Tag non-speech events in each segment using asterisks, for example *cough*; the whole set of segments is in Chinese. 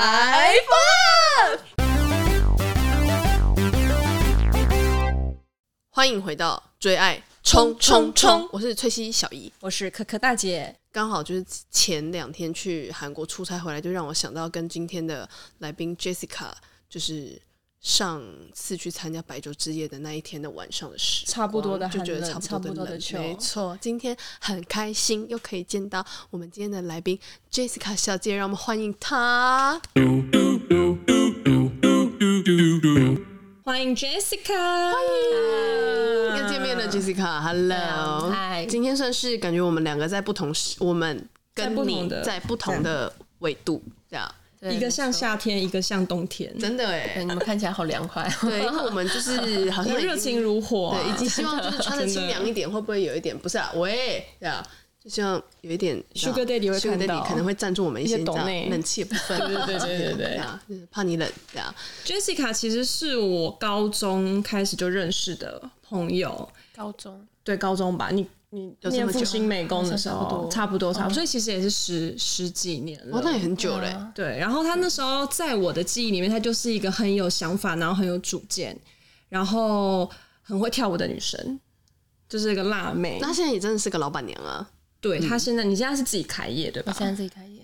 Five Up。欢迎回到追爱冲冲冲！我是翠西小姨，我是可可大姐。刚好就是前两天去韩国出差回来，就让我想到跟今天的来宾 Jessica，就是上次去参加白昼之夜的那一天的晚上的事光，差不多的就觉得寒冷差不差不多多的的冷秋没错，今天很开心又可以见到我们今天的来宾 Jessica 小姐，让我们欢迎她。欢迎 Jessica，欢又见面 *laughs* 了，Jessica，Hello，啊嗨今天算是感觉我们两个在不同时，我们在跟不同你的在不同的纬度，这样一个像夏天，一个像冬天，真的对，哎，你们看起来好凉快。 *laughs* 对，因为我们就是好我 *laughs* 像们已经热情如火啊、对，以及希望就是穿的真的清凉一点，会不会有一点不 *laughs* 是啊？喂，对啊，就希望有一点 Sugar 你知道 Daddy 会 Sugar 看到 Daddy 可能会赞助我们一些一些你知道抖内冷气的部分， *laughs* 对 *laughs* 对对对对对啊，就是怕你冷，对啊， Jessica 其实是我高中开始就认识的朋友，高中对，高中吧，你。你有这么念久复兴美工的时好像差不候，多哦差不多差不多，所以其实也是十十几年了。哦，那也很久嘞，对，啊然后他那时候在我的记忆里面，她就是一个很有想法，然后很有主见，然后很会跳舞的女生，就是一个辣妹。那现在也真的是个老板娘啊，对她现在，你现在是自己开业对我吧？现在自己开业，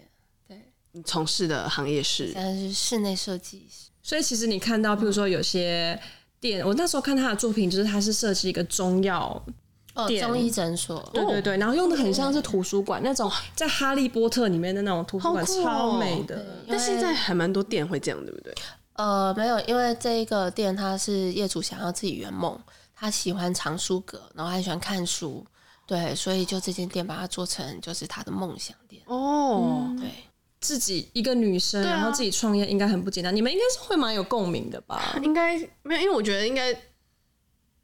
你从事的行业是现在是室内设计师。所以其实你看到，譬如说有些店，我那时候看她的作品，就是她是设计一个中药哦，店中医诊所，对哦对对，然后用的很像是图书馆那种，在《哈利波特》里面的那种图书馆，好酷哦超美的。因但为现在还蛮多店会这样，对不对？呃没有，因为这一个店它是业主想要自己圆梦，他喜欢藏书阁，然后他喜欢看书，对，所以就这间店把它做成就是他的梦想店。哦，对，自己一个女生，对啊然后自己创业应该很不简单，你们应该是会蛮有共鸣的吧？应该没有，因为我觉得应该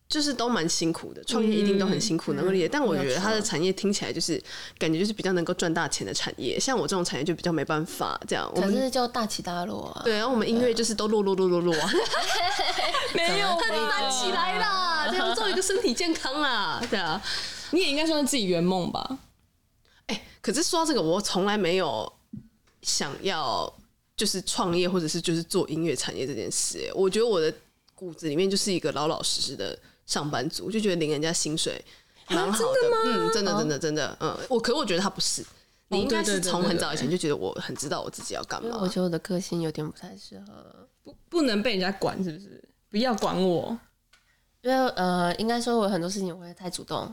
就是都蛮辛苦的，创业一定都很辛嗯苦，能够理解。但我觉得它的产业听起来就是感觉就是比较能够赚大钱的产业，像我这种产业就比较没办法这样。我可们是就大起大落啊。对，然后我们音乐就是都落落落落落，啊没有，很难起来来 *laughs* 啦，这样做一个身体健康啦，对啊。你也应该算是自己圆梦吧？哎，可是说到这个，我从来没有想要就是创业或者是就是做音乐产业这件事、哎我觉得我的骨子里面就是一个老老实实的上班族，就觉得领人家薪水啊蛮好的，嗯，真的真的真的，嗯，我可我觉得他不是。你应该哦对是对对从对很对早以前就觉得我很知道我自己要干因为嘛，我觉得我的个性有点不太适合，不不能被人家管，是不是？不要管我，因为呃，应该说我很多事情我会太主动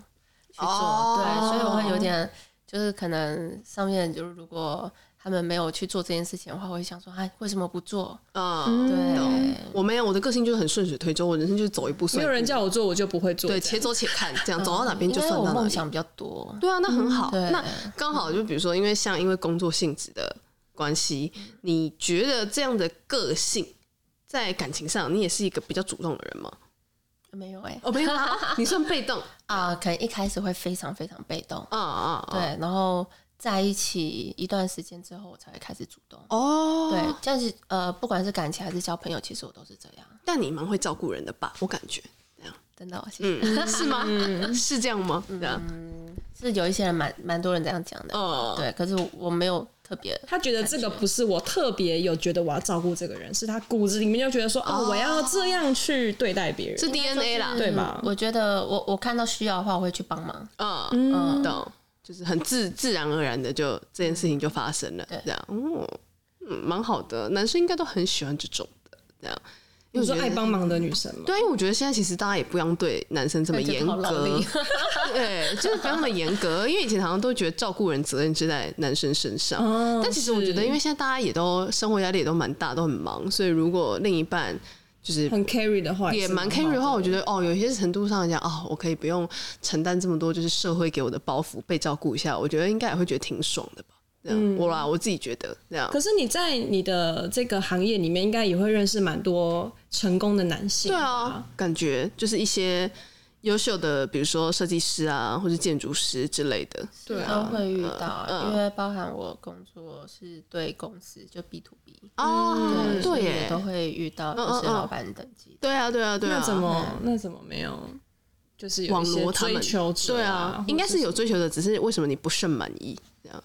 去做，哦对，所以我会有点就是可能上面就是如果他们没有去做这件事情的话，我会想说，哎，为什么不做？嗯，对，我没有，我的个性就是很顺水推舟，我人生就是走一步算没一步，有人叫嗯我做，我就不会做。对，这样且走且看，这样走到哪边因就为算我到哪梦里。想比较多，对啊，那很好。对那刚好就比如说，因为像因为工作性质的关系，你觉得这样的个性在感情上，你也是一个比较主动的人吗？没有哎、哦，没有啊， *laughs* 你算被动。啊，可能一开始会非常非常被动，啊啊，对，然后在一起一段时间之后，我才会开始主动。哦，对，但是呃，不管是感情还是交朋友，其实我都是这样，但你蛮会照顾人的吧？我感觉，真的、哦，谢谢。嗯，是吗？是这样吗？这样，嗯是有一些人蛮蛮多人这样讲的，嗯哦，对，可是我我没有特别他觉得这个不是我特别有觉得我要照顾这个人，是他骨子里面就觉得说，哦，我要这样去对待别人是。DNA 啦，对吧我觉得我我看到需要的话，我会去帮忙。嗯，哦嗯懂，就是很自 *laughs* 自然而然的就这件事情就发生了，这样，哦，嗯，蛮好的，男生应该都很喜欢这种的，这样。因为你我说觉得爱帮忙的女生吗？对，因为我觉得现在其实大家也不用对男生这哎么严好劳格 *laughs* 力， *laughs* 对，就是不要那么严格，因为以前好像都觉得照顾人责任是在男生身上，哦但其实我觉得，因为现在大家也都生活压力也都蛮大，都很忙，所以如果另一半就是很 carry 的话也是蛮好 carry 的话，我觉得哦，有一些程度上讲，哦，我可以不用承担这么多，就是社会给我的包袱，被照顾一下，我觉得应该也会觉得挺爽的吧。这样，嗯我啦，我自己觉得这样。可是你在你的这个行业里面，应该也会认识蛮多成功的男性。对啊，，感觉就是一些优秀的，比如说设计师啊，或者建筑师之类的。对都啊，会遇嗯到，因为包含我工作是对公司就 B to B，嗯哦，所对以也都耶，嗯会遇到就是老板等级。对啊，对啊，对啊。那怎么那怎么没有？就是有网一些罗他追们？求者对啊，应该是有追求者，只是为什么你不甚满意？这样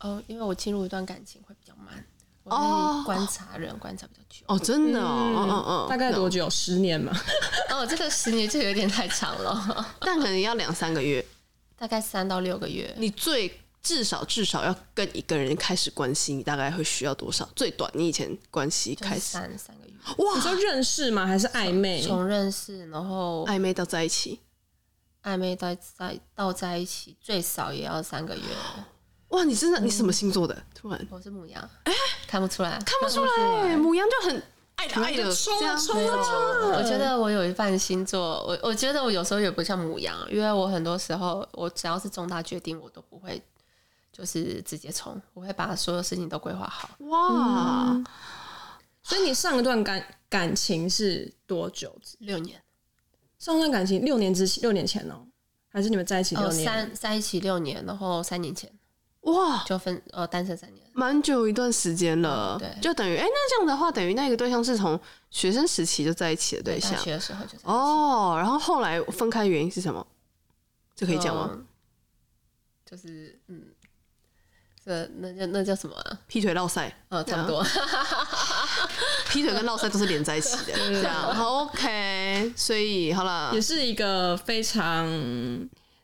哦，因为我进入一段感情会比较慢，我可以观察人，观察比较久。哦，真的哦，嗯嗯嗯，大概啊多久？十年 *laughs* 嘛。哦，这个十年就有点太长了， *laughs* 但啊可能要两三个月，大概三到六个月。你最至少至少要跟一个人开始关系，你大概会需要多少？最短你以前关系就是开始三三个月，你哇，说认识吗？还是暧 *laughs* 昧？从认识，然后暧昧到在一起，暧昧到在到在一起，最少也要三个月。哇，你真的你什么星座的？突然哦我是母羊，看不出来，看不出来，哎母羊就很爱的爱的，冲这啊样冲啊冲啊！我觉得我有一半星座，我我觉得我有时候也不像母羊，因为我很多时候我只要是重大决定，我都不会就是直接冲，我会把所有事情都规划好。哇，所以你上一段感感情是多久？六年，上一段感情六年之前六年前哦，还是你们在一起哦，六年？三在一起六年，然后三年前哇，就分，呃，单身三年，蛮久一段时间了，对就等于哎、那这样的话，等于那个对象是从学生时期就在一起的对大象学的时候就在一起，哦，然后后来分开的原因是什么？这可以讲吗？嗯？就是嗯，这那叫那叫什么啊？劈腿落塞，呃，差不多。 *laughs* 劈腿跟落塞都是连在一起的，这样好 OK。所以好了也，是一个非常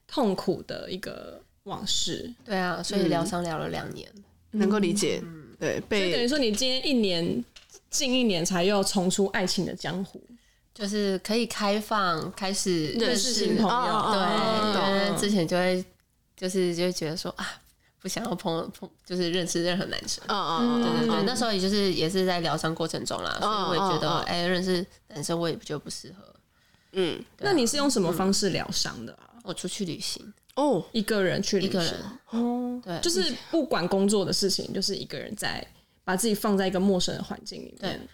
痛苦的一个往事。对啊，所以嗯疗伤聊了两年，能够理解，对，所以等于被说，你今天一年近一年才又重出爱情的江湖。就是可以开放开始认识新朋友哦哦哦对，懂因为之前就会就是就会觉得说啊，不想要碰碰，就是认识任何男生。嗯嗯嗯对嗯对对，嗯，那时候也就是也是在疗伤过程中啦，所以我也觉得嗯嗯嗯哎，认识男生我也觉得不适合。嗯对那啊你是用什么方式疗伤的啊？我出去旅行，哦，一个人去旅一行个人，哦，对就是不管工作的事情，就是一个人在把自己放在一个陌生的环境里面。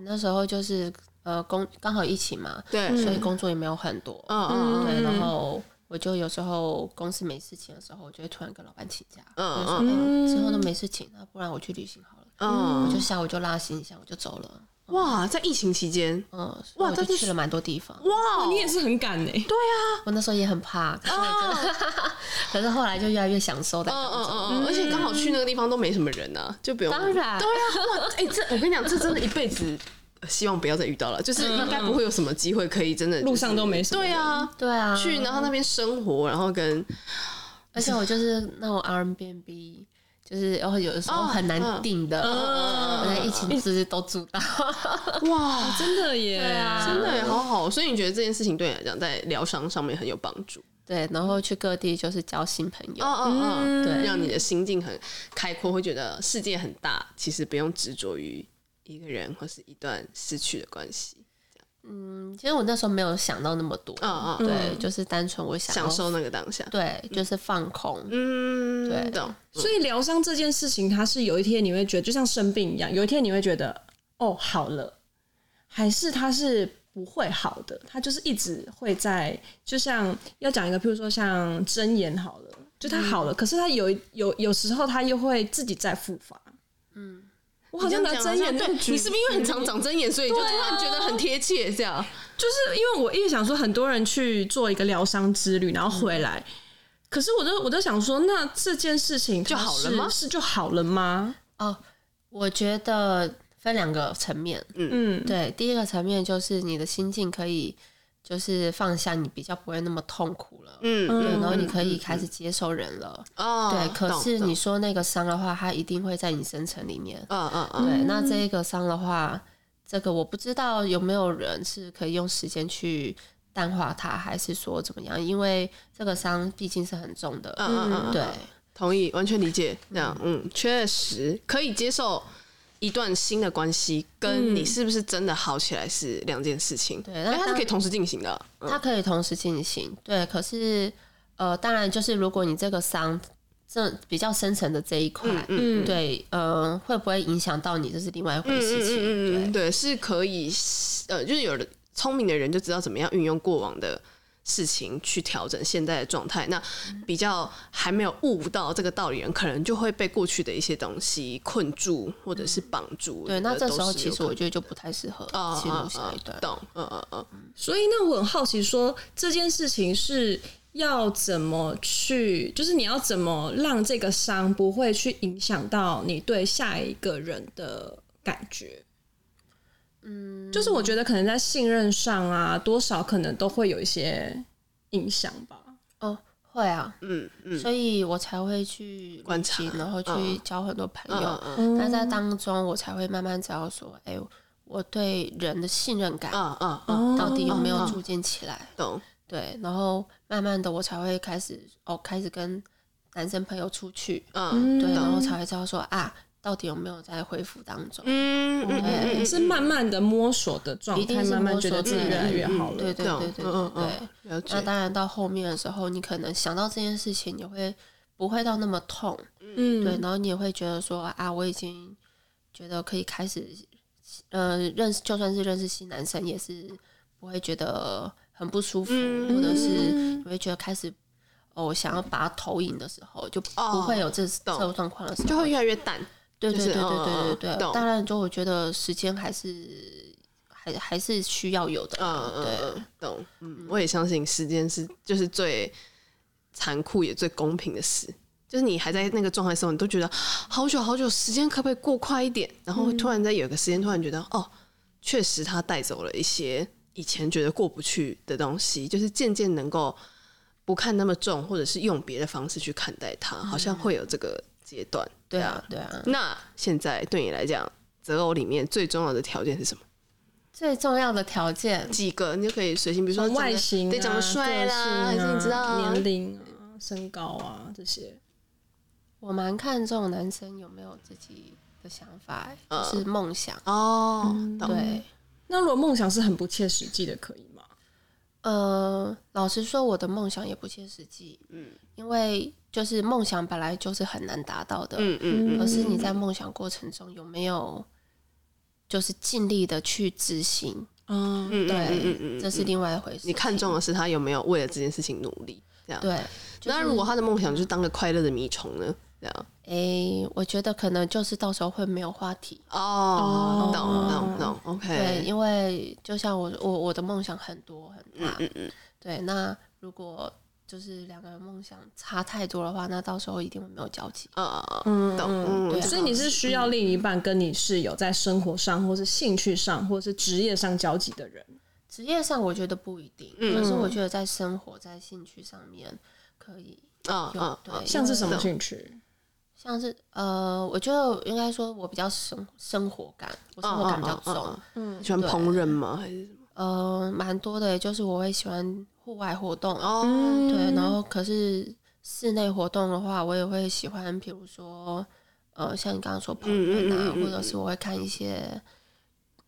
那时候就是呃工刚好疫情嘛，对，所嗯以工作也没有很多，嗯嗯对，然后我就有时候公司没事情的时候，我就会突然跟老板请假，嗯我就说嗯，之后都没事情，那不然我去旅行好了，我嗯，就下午就拉行李箱，我就走了，哇，在疫情期间，嗯，哇哇，我就这是去了蛮多地方，哇，你也是很欸敢呢、对，我那时候也很怕，可是我真的 *laughs* 可是后来就越来越享受在啊嗯嗯当中，嗯嗯，而且刚好去那个地方都没什么人啊，就不用。当然对啊，哇，哎、这我跟你讲，这真的一辈子，呃希望不要再遇到了，就是应该不会有什么机会可以真的、路上都没什么对啊，对啊，去然后那边生活，然后跟而且我就是那种 Airbnb。就是，然后有的时候很哦嗯难定的，我在疫情就是都住到，哇，真的耶，啊真的耶好好。所以你觉得这件事情对你来讲，在疗伤上面很有帮助？对，然后去各地就是交新朋友哦，哦哦，对让你的心境很开阔，会觉得世界很大，其实不用执着于一个人或是一段失去的关系。嗯其实我那时候没有想到那么多，嗯嗯，对，就是单纯我想要享，受那个当下。哦对，就是放空，嗯，对懂。所以疗伤这件事情，它是有一天你会觉得，就像生病一样，有一天你会觉得，哦，好了，还是它是不会好的，它就是一直会在，就像要讲一个，譬如说像真言好了，就嗯它好了，可是它有一有有时候它又会自己再复发，嗯。我好像拿真言对，那你个举是不是因为很 *laughs* 常长针眼，所以就突啊然觉得很贴切这样？就是因为我一直想说，很多人去做一个疗伤之旅，然后回来，嗯可是我都我都想说，那这件事情它就好了是吗是就好了吗？哦，我觉得分两个层面，嗯，对，第一个层面就是你的心境可以就是放下，你比较不会那么痛苦了，嗯，对，然后你可以开始接受人了，哦，对，可懂是懂你说那个伤的话，它一定会在你深层里面，嗯嗯嗯，对，那这一个伤的话，这个我不知道有没有人是可以用时间去淡化它，还是说怎么样？因为这个伤毕竟是很重的，嗯嗯嗯对，同意，完全理解。这样，嗯，确实可以接受一段新的关系，跟你是不是真的好起来是两件事情。嗯对那哎，它是当可以同时进行的。嗯它可以同时进行，对。可是呃，当然就是如果你这个伤这比较深层的这一块，嗯对，呃，会不会影响到你，这是另外一回事情，嗯嗯嗯，对。对，是可以，呃，就是有的聪明的人就知道怎么样运用过往的事情去调整现在的状态。那嗯比较还没有悟到这个道理的人，可能就会被过去的一些东西困住或者是绑住。对，那我觉这得时候都是有哦啊其实我觉得就不太适合记录可下能一段。懂，嗯嗯嗯，所以那我很好奇说，这件事情是要怎么去，就是你要怎么让这个伤不会去影响到你对下一个人的感觉。嗯，就是我觉得可能在信任上啊，多少可能都会有一些影响吧。哦，会啊，嗯嗯所以我才会去观察旅行然后去嗯交很多朋嗯友。嗯嗯那在当中，我才会慢慢知道说，哎、我对人的信任感嗯嗯嗯，到底有没有嗯嗯促进起来？懂。对，然后慢慢的，我才会开始哦，开始跟男生朋友出去，嗯对，嗯然后才会知道说啊，到底有没有在恢复当中？嗯嗯嗯，是慢慢的摸索的状一定态，是慢慢摸觉索得自己自己越来越好了。对对对对对嗯嗯嗯。对了那解。当然，到后面的时候，你可能想到这件事情，你会不会到那么痛？嗯，对，然后你也会觉得说啊，我已经觉得可以开始，呃，认识就算是认识新男生，也是不会觉得很不舒服，嗯或者是嗯你会觉得开始哦，我想要把它投影的时候，就不哦会有这、这懂种状况的时候，就会越来越淡。对就对是对对嗯对对嗯对。懂当然，就我觉得时间还是还还是需要有的啦，嗯嗯对。嗯，懂。嗯，我也相信时间是就是最残酷也最公平的事。就是你还在那个状态的时候，你都觉得好久好久，时间可不可以过快一点？然后突然在有一个时间，突然觉得、哦，确实他带走了一些以前觉得过不去的东西，就是渐渐能够不看那么重，或者是用别的方式去看待它，好像会有这个阶段。对啊，对啊，那现在对你来讲，择偶里面最重要的条件是什么？最重要的条件，几个你就可以随性，比如说从外形、啊、对长得帅啦，个性啊还是你知道啊年龄啊、身高啊这些。我蛮看重男生有没有自己的想法，嗯就是梦想。哦，懂对，那如果梦想是很不切实际的，可以吗？呃，老实说，我的梦想也不切实际，嗯，因为就是梦想本来就是很难达到的，嗯嗯可是你在梦想过程中有没有就是尽力的去执行？嗯，嗯，对，嗯嗯嗯，这是另外一回事。你看中的是他有没有为了这件事情努力，这样。对，就那是如果他的梦想就是当个快乐的迷虫呢？这样诶、我觉得可能就是到时候会没有话题。哦哦，懂懂懂对， ，OK，因为就像我我我的梦想很多很嗯大，对，那如果就是两个人梦想差太多的话，那到时候一定会没有交集。呃，懂，嗯对所以你是需要另一半跟你是有在生活上，或是兴趣上，或是职业上交集的人。职业上我觉得不一定，可嗯是我觉得在生活、在兴趣上面可以嗯有、嗯对嗯，，像是什么懂兴趣？像是呃，我觉得应该说我比较生生活感，我生活感比较重，嗯，喜欢烹饪吗？还是呃，蛮多的，就是我会喜欢户外活动，嗯哦，对，然后可是室内活动的话，我也会喜欢，比如说呃，像你刚嗯刚说烹饪啊，或者是我会看一些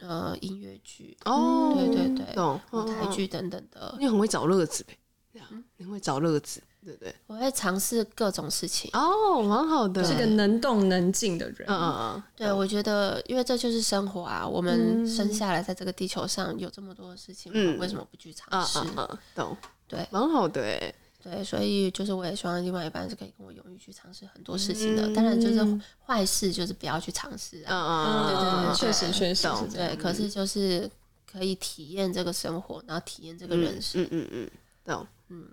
呃音乐剧，哦，对对对，懂，嗯舞台剧等等的，你很会找乐子呗，这样你会找乐子，对不对？我会尝试各种事情。哦，蛮好的，是个嗯能动能静的人。嗯嗯，对，我觉得，因为这就是生活啊，我们生下来在这个地球上有这么多的事情，我们嗯为什么不去尝啊试？啊啊，懂，对蛮好的哎，对，所以就是我也希望另外一半是可以跟我勇于去尝试很多事情的。当然，嗯就是嗯坏事就是不要去尝试嗯啊。嗯，对对嗯对，确实确实是懂这样。对，可是就是可以体验这个生活，然后体验这个人生。嗯嗯嗯，懂，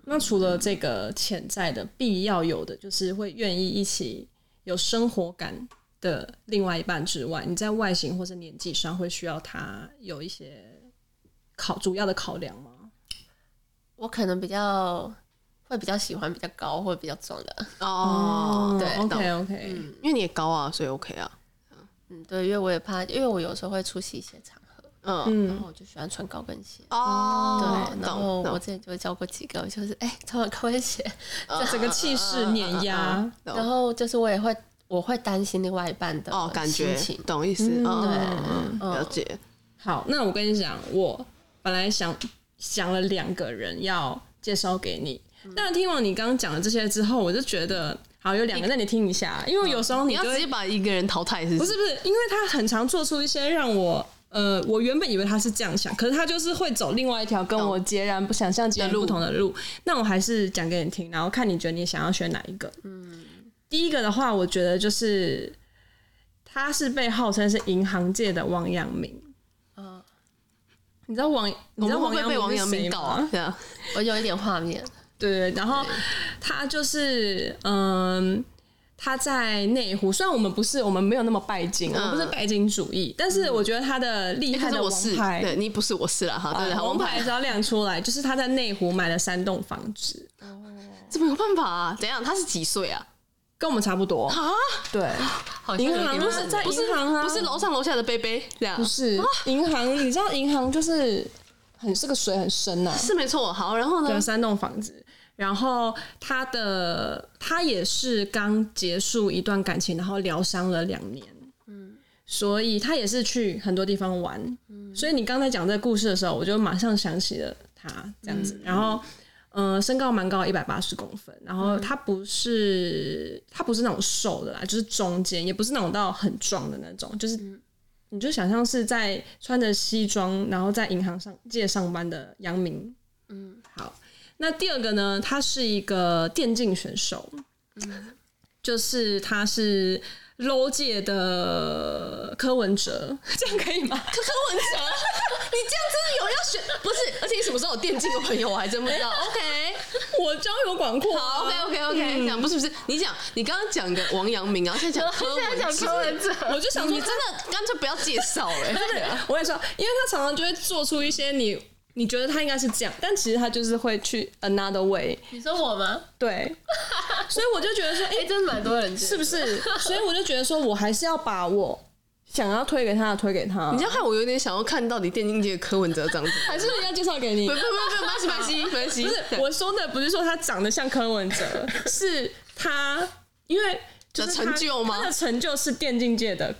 那除了这个潜在的必要有的，就是会愿意一起有生活感的另外一半之外，你在外形或者年纪上会需要他有一些考主要的考量吗？我可能比较会比较喜欢比较高或者比较壮的。哦，对，OK 懂 OK，因为你也高啊，所以 OK 啊，嗯，对，因为我也怕，因为我有时候会出席一些场合，嗯，然嗯，后我就喜欢穿高跟鞋。哦对，然后懂我懂之前就教过几个，就是哎，穿了高跟鞋，整个气势嗯碾压，然懂，后就是我也会，我会担心另外一半的哦，感觉心情懂意思，嗯嗯，嗯嗯了解，好，那我跟你讲，我本来想想了两个人要介绍给你，嗯但听完你刚刚讲的这些之后，我就觉得好有两个，那你听一下，因为有时候你你要就直会接把一个人淘汰是不不是？不是，因为他很常做出一些让我。呃，我原本以为他是这样想，可是他就是会走另外一条跟我截然不想象、截然不同的路。那我还是讲给你听，然后看你觉得你想要选哪一个。嗯，第一个的话，我觉得就是他是被号称是银行界的王阳明。嗯你知道王，你我知道们会王阳不会被王明阳是谁明吗搞啊？？这样我有一点画面，对对，然后他就是嗯。他在内湖，虽然我们不是，我们没有那么拜金，我们不是拜金主义，但是我觉得他的厉嗯可害是的我王是，牌，对你不是我是了哈，对对，啊好王王牌牌是要亮出来，就是他在内湖买了三栋房子，怎么有办法啊？怎样？他是几岁啊？跟我们差不多，啊，对，好像银有行点不是在不是银行啊，不是啊楼上楼下的贝贝这样不。是银行，你知道银行就是很这个水很深啊呐、是没错，好，然后对，啊呢？三栋房子。然后他的他也是刚结束一段感情，然后疗伤了两年，嗯，所以他也是去很多地方玩，嗯，所以你刚才讲这个故事的时候，我就马上想起了他这样子。然后，呃，身高蛮高，一百八十公分，然后他不是他不是那种瘦的啦，就是中间，也不是那种到很壮的那种，就是。你就想象是在穿着西装，然后在银行上界上班的杨明好，那第二个呢？他是一个电竞选手，就是他是 low 界的柯文哲，这样可以吗？柯文哲，啊 *laughs* 你这样真的有要选？不是，而且你什么时候有电竞的朋友，我还真不知 *laughs* 道。OK，哦我交友广阔、好啊。 ，OK OK OK，讲不是不是，你讲，你刚刚讲个王阳明，然后现在讲柯文哲，哲，我就想说你真的干脆不要介绍哎、他，我也说，因为他常常就会做出一些你你觉得他应该是这样，但其实他就是会去 another way，你说我吗？对，所以我就觉得说，哎、哎，真的蛮多人是是不是？所以我就觉得说我还是要把我想要推给他的推给他， *laughs* 你这样害我有点想要看到底电竞界的柯文哲长怎样。 *laughs* 还是人家介绍给你不，不不不，没关系没关 *laughs* 系没关系，不是我说的，不是说他长得像柯文 *laughs* 哲，是他因为就是他的成就吗他的成就是电竞界的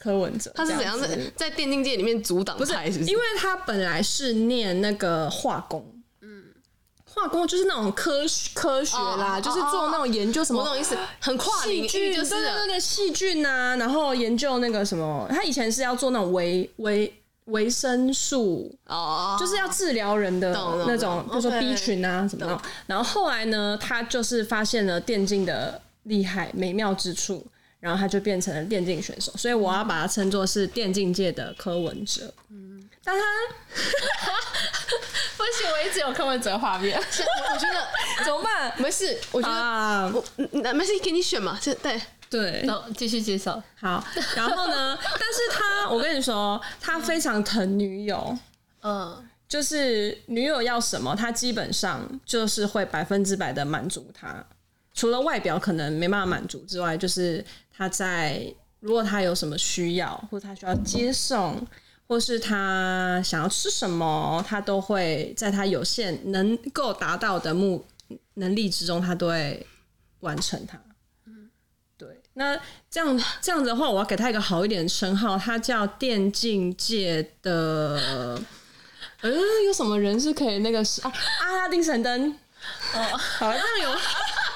柯文哲，他是怎样这在子在电竞界里面阻挡不是派？是不，是因为他本来是念那个化工，嗯，化工就是那种科学科学啦，哦哦就是做那种研究什么我懂意思，很跨领细域菌，就是对啊对了对对，细菌啊，然后研究那个什么，他以前是要做那种维维维生素，哦，就是要治疗人的懂懂那种，懂比如说 OK B 群啊什么的。然后后来呢，他就是发现了电竞的厉害美妙之处，然后他就变成了电竞选手。所以我要把他称作是电竞界的柯文哲。嗯，但他不行，我一直有柯文哲的画面。我我觉得怎么办？没事，我觉得啊，我嗯嗯没事，给你选嘛，这对对，然后继续介绍，好。然后呢？但是他，我跟你说，他非常疼女友。嗯，就是女友要什么，他基本上就是会百分之百的满足他，除了外表可能没办法满足之外，就是他在如果他有什么需要，或他需要接送，或是他想要吃什么，他都会在他有限能够达到的目能力之中，他都会完成它。对，那这样这样子的话，我要给他一个好一点的称号，他叫电竞界的，呃，有什么人是可以那个是啊？阿拉丁神灯。哦， *laughs* 好，那有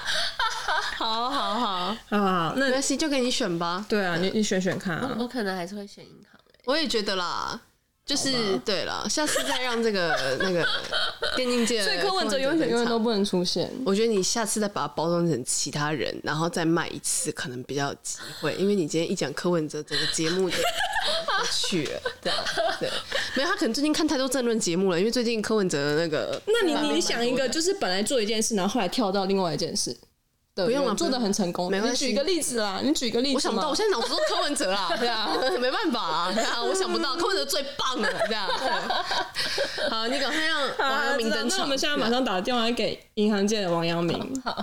*laughs* 好好好，啊，没那关系，就给你选吧。对啊，你你选选看嗯啊。我可能还是会选银行。我也觉得啦，就是对了，下次再让 *laughs* 这个那个电竞界的所以柯文哲永远永远都登场。不能出现。我觉得你下次再把它包装成其他人，然后再卖一次，可能比较有机会。因为你今天一讲柯文哲，整个 *laughs* 节目就不去了，这样对。没有，他可能最近看太多政论节目了，因为最近柯文哲的那个那你你想一个，就是本来做一件事，然后后来跳到另外一件事的人，不用了做的很成功。没关你系举一个例子啦，你举一个例子嘛。我想不到，我现在脑子都是柯文哲 *laughs* 啦，对啊，没办法啊，对啊，我想不到，柯文哲最棒了，这样。对 *laughs* 好，你赶快让王阳明登啊那场。啊我们现在马上打电话给银行界的王阳明。好，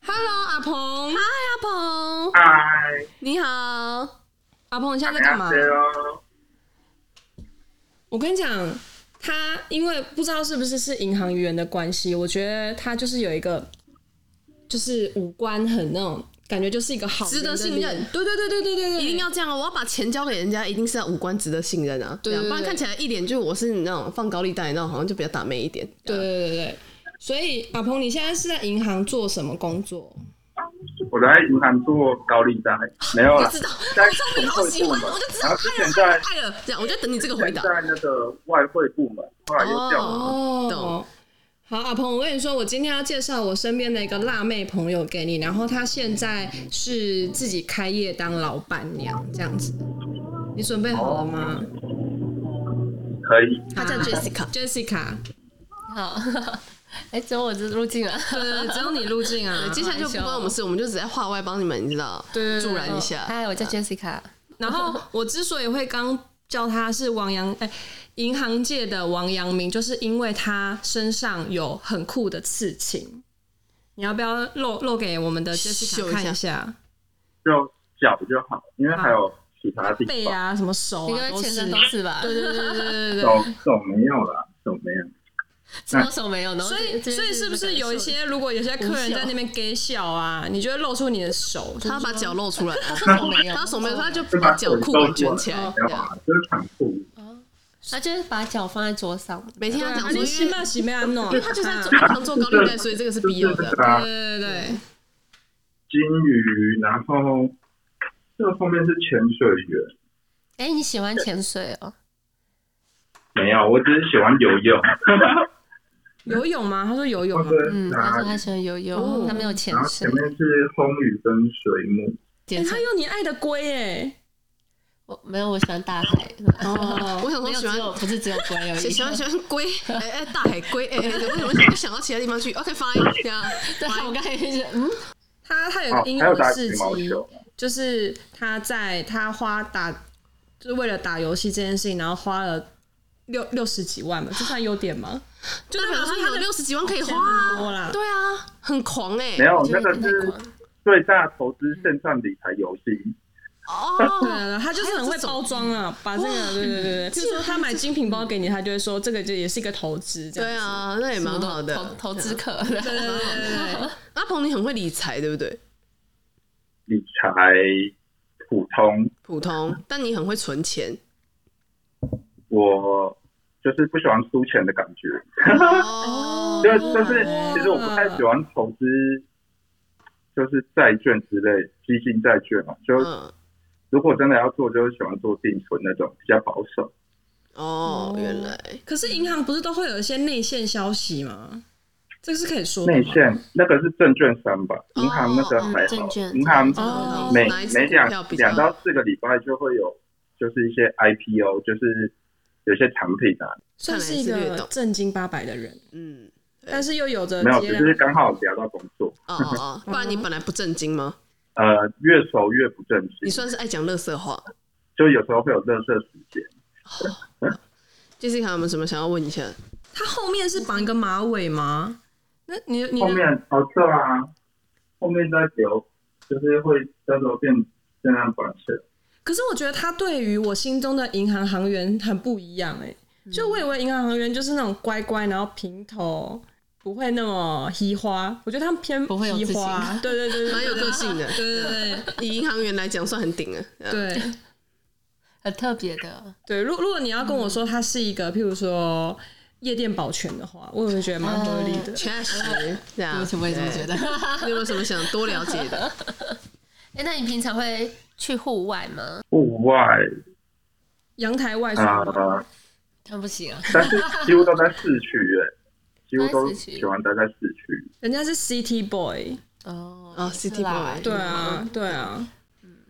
Hello，阿鹏，阿鹏，啊嗨，你好，阿鹏，你现在在大干家嘛？好。我跟你讲，他因为不知道是不是是银行员的关系，我觉得他就是有一个，就是五官很那种感觉，就是一个好值得人的信任脸对对对对对对对，一定要这样哦！我要把钱交给人家，一定是要五官值得信任啊，对啊对不然对看起来一脸就是我是你那种放高利贷那种，好像就比较打妹一点。对对对对对。所以阿鹏，你现在是在银行做什么工作？我在银行做高利贷，没有我啦知道，，在我聪明，好汇喜部欢，门我就知，道然后之前害了在害了，哎这样我就等你这个回前答。在那个外汇部门，后来又调哦了。懂好，阿鹏，我跟你说，我今天要介绍我身边的一个辣妹朋友给你，然后她现在是自己开业当老板娘这样子。你准备好了哦吗？可以，他哎叫 Jessica， Jessica，好， *laughs* 哎，只有我这入境了。对，呃只有你入境啊。接下来就不关我们事，我们就只在话外帮你们，你知道，对对对助燃一下。嗨，我叫 Jessica。 *laughs* 然后我之所以会刚叫他是王阳，哎、银行界的王阳明，就是因为他身上有很酷的刺青。你要不要露露给我们的 Jessica 秀一下看一下？就脚就好，因为还有其他地背 *laughs* 方，啊，什么手因啊，为都全是身都是吧？对对对对对对对。手手没有啦，手没有，只有手没有，然后所以，这所以是不是有一？些，如果有些客人在那边给笑啊，你就会露出你的手？就是他把脚露出来，啊这个感受他手没有，他手没有，他就就把把脚手裤露管出来卷起来。然后就是长裤，他就是把脚放在桌上。每天他讲啊说，你因洗为嘛洗嘛弄，因为他就在做啊常做高利贷，所以这 *laughs* 个是必就要是这的。个啊，对对对金鱼，然后这个后面是潜水员，哎，你喜欢潜水哦？没有，我只是喜欢游泳，对，游泳吗？他说游泳啊或吗？者嗯，他拿说他喜欢游哦泳，他没有潜然后水前。面是风雨跟水母，哎潜他水用你爱的龟哎，我没有，我喜欢大海。哦 *laughs* 我想说没有，喜只欢有不是只有龟而喜已。喜欢喜欢龟，哎哎，大海龟，哎哎，为什么想想到其他地方去？OK *laughs* fine，这样对，我刚才就是嗯，他他有哦一个，英还有文打事羽迹，毛球，就是他在他花打，就是为了打游戏这件事情，然后花了六六十几万嘛，这算优点吗？就代代表表他说有的六十几万可以花钱很多啊啦，对啊，很狂哎没。有我觉那得个有嗯点太是狂。最大投资线上理财游戏， *laughs* 对哦，啊，他就是很会包装啊，把这个对对对对，譬如说他买精品包给你，他就会说这个就也是一个投资，这对样子。啊，那也蛮好投的。投资客。对对对对对，阿鹏，你很会理财，对不对？理财普通，普通，但你很会存 *laughs* 钱。我就是不喜欢输钱的感觉，哦就就是其实我不太喜欢投资，就是债券之类，基金债券嘛，就嗯，如果真的要做，就是喜欢做定存那种比较保守。哦，原来可是银行不是都会有一些内线消息吗？这个是可以说的吗内线那个是证券商吧，银行那个还证好，券银行嗯哦每哪一只每股两票比较两到四个礼拜就会有，就是一些 IPO，就是有些产品啊，算是一看来是略个懂正经八百的人，嗯，但是又有着没有，接只连是刚好聊到工作，哦哦哦，不然你本来不正经吗？呃，越熟越不正你经，算是爱讲乐色话。就有时候会有乐色时间。 Jessica 有没有什么想要问一下？他后面是绑一个马尾吗？那你你的后面哦，对啊，后面再留，就是会到时候变这样管钱。可是我觉得他对于我心中的银行行员很不一样哎、嗯就我以为银行行员就是那种乖乖，然后平头，不会那么嘻花。我觉得他们偏不会有嘻自信花，对对对对，蛮有个性的，对，对以银行员来讲算很顶了。对对 *laughs* 对 *laughs* 很特别的，对。如如果你要跟我说他是一个，譬如说夜店保全的话，我也会觉得蛮合理的。嗯确实，这样为什么会这么觉得？啊 *laughs* 对你有没有什么想多了解的？哎，那你平常会去户外吗？户外阳台外送啊、吧，看不行啊，但是几乎都在市区耶、几乎都在市区喜欢待在市区。人家是 City Boy，哦哦也是，City 啦 boy 对啊对啊，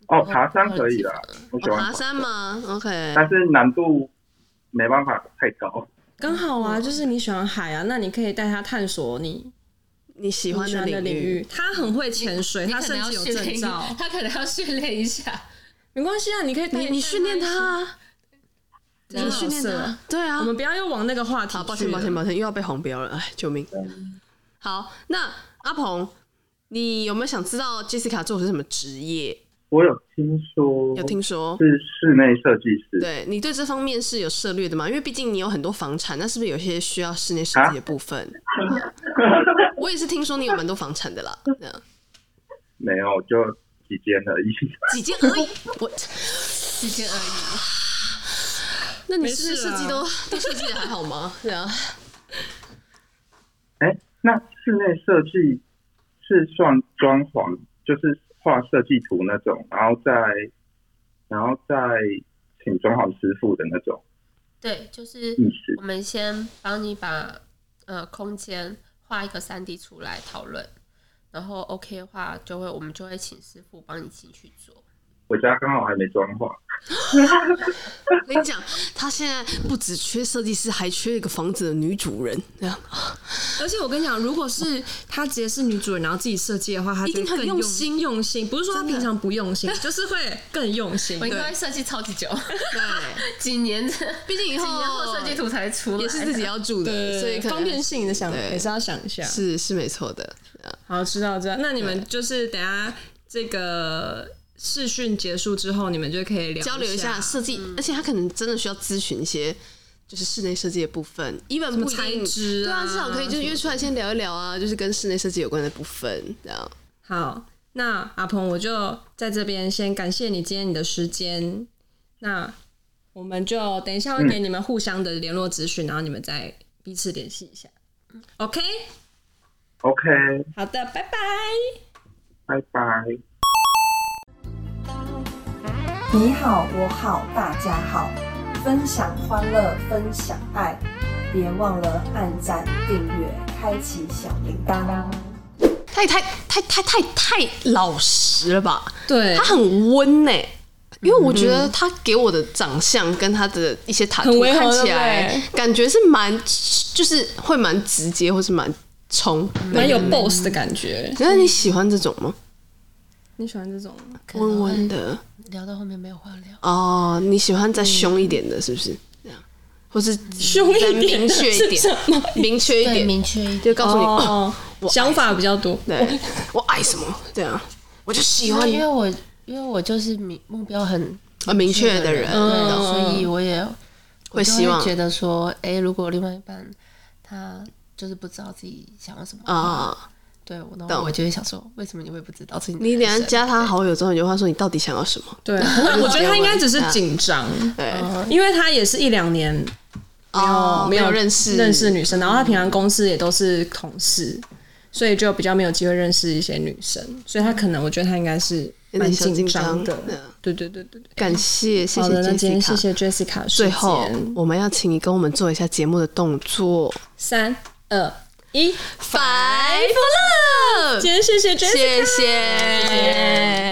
哦，爬山可以啦，我 *laughs* 喜哦欢爬山吗？OK，但是难度没办法太高。刚好嗯啊，就是你喜欢海啊，那你可以带他探索你你喜喜欢的领领域，。他很会潜水，你他可能甚要至有训练证一照下，。 *laughs* 他可能要训练一 *laughs* 下。没关系啊，你可以带你你训练他，啊，真你的训练他啊，对啊我。们不要又往那个话题去啊好，了。抱歉，抱歉，抱歉，又要被红标了，哎，救命！好，那阿鹏，你有没有想知道 Jessica 做的是什么职业？我有听说，有听说？是室内设计师，对你对这方面是有涉略的吗？因为毕竟你有很多房产，那是不是有些需要室内设计的部分？我也是听说你有蛮多房产的啦，嗯没有就几间而已。几间而已。 *laughs* 我，之间而已。那你没室事啊内啦设计都都设计的还好吗？对啊，哎、那室内设计是算装潢，就是画设计图那种，然后再然后再请装潢师傅的那种对，就是意思我。们先帮你把呃空间画一个三 D 出来讨论，然后 OK 的话，就会我们就会请师傅帮你进去做。我家刚好还没装潢，我 *laughs* 跟你讲，他现在不只缺设计师，还缺一个房子的女主人，*laughs* 这样而且我跟你讲，如果是她直接是女主人，然后自己设计的话，她就一定很更用用心用心。不是说她真的平常不用心， *laughs* 就是会更用心。我应对该会设计超级 *laughs* 久，对，几年，毕竟以几后年后设计图才出来，也是自己要住的，对，所以可能方便性的想对也是要想一下。是是没错的。好，知道知道。那你们就是等一下这个试训结束之后，你们就可以聊交流一下嗯设计，而且他可能真的需要咨询一些。就是室内设计的部分，一本什么不一定材质对啊啊，至少可以就是约出来先聊一聊啊，就是跟室内设计有关的部分，这样。好，那阿鹏，我就在这边先感谢你今天你的时间。那我们就等一下会给你们互相的联络资讯，然后你们再彼此联系一下。OK， OK，好的，拜拜。拜拜。你好，我好，大家好，分享欢乐，分享爱，别忘了按赞、订阅、开启小铃铛。太太太太太太老实了吧？对他很温呢、因为我觉得他给我的长相跟他的一些塔很图违和看起对来，感觉是蛮就是会蛮直接，或是蛮冲。蛮有嗯 boss 的感觉。那你喜欢这种吗？你喜欢这种吗？可能温会温的聊到后面没有话聊，哦，你喜欢再凶一点的，是不是？这样，或是凶一再点，明确一是什点， *laughs* 么？明确一对，点，明确一点。就告诉你，哦哦，想法比较多。对我爱什么，这样，我就喜欢因为我因为我就是明目标很呃明确的人，对，嗯所以我也会希望我就觉得说，哎、如果另外一半他就是不知道自己想要什么啊。对，我然懂后我就会想说，为什么你会不知道自己的你等一下人生加他好友之后，你就会说你到底想要什么？对，不会我觉得他应该只是紧张，对，因为他也是一两年没有、哦嗯没有认识认识女生，然后他平常公司也都是同事，所以就比较没有机会认识一些女生，所以他可能我觉得他应该是有蛮点小紧张的对对。对对对对。感谢谢好谢的，那今天 Jessica。谢谢 Jessica 的时最间。后，我们要请你跟我们做一下节目的动作。三二一， Five love，今天谢谢 Jessica。谢谢。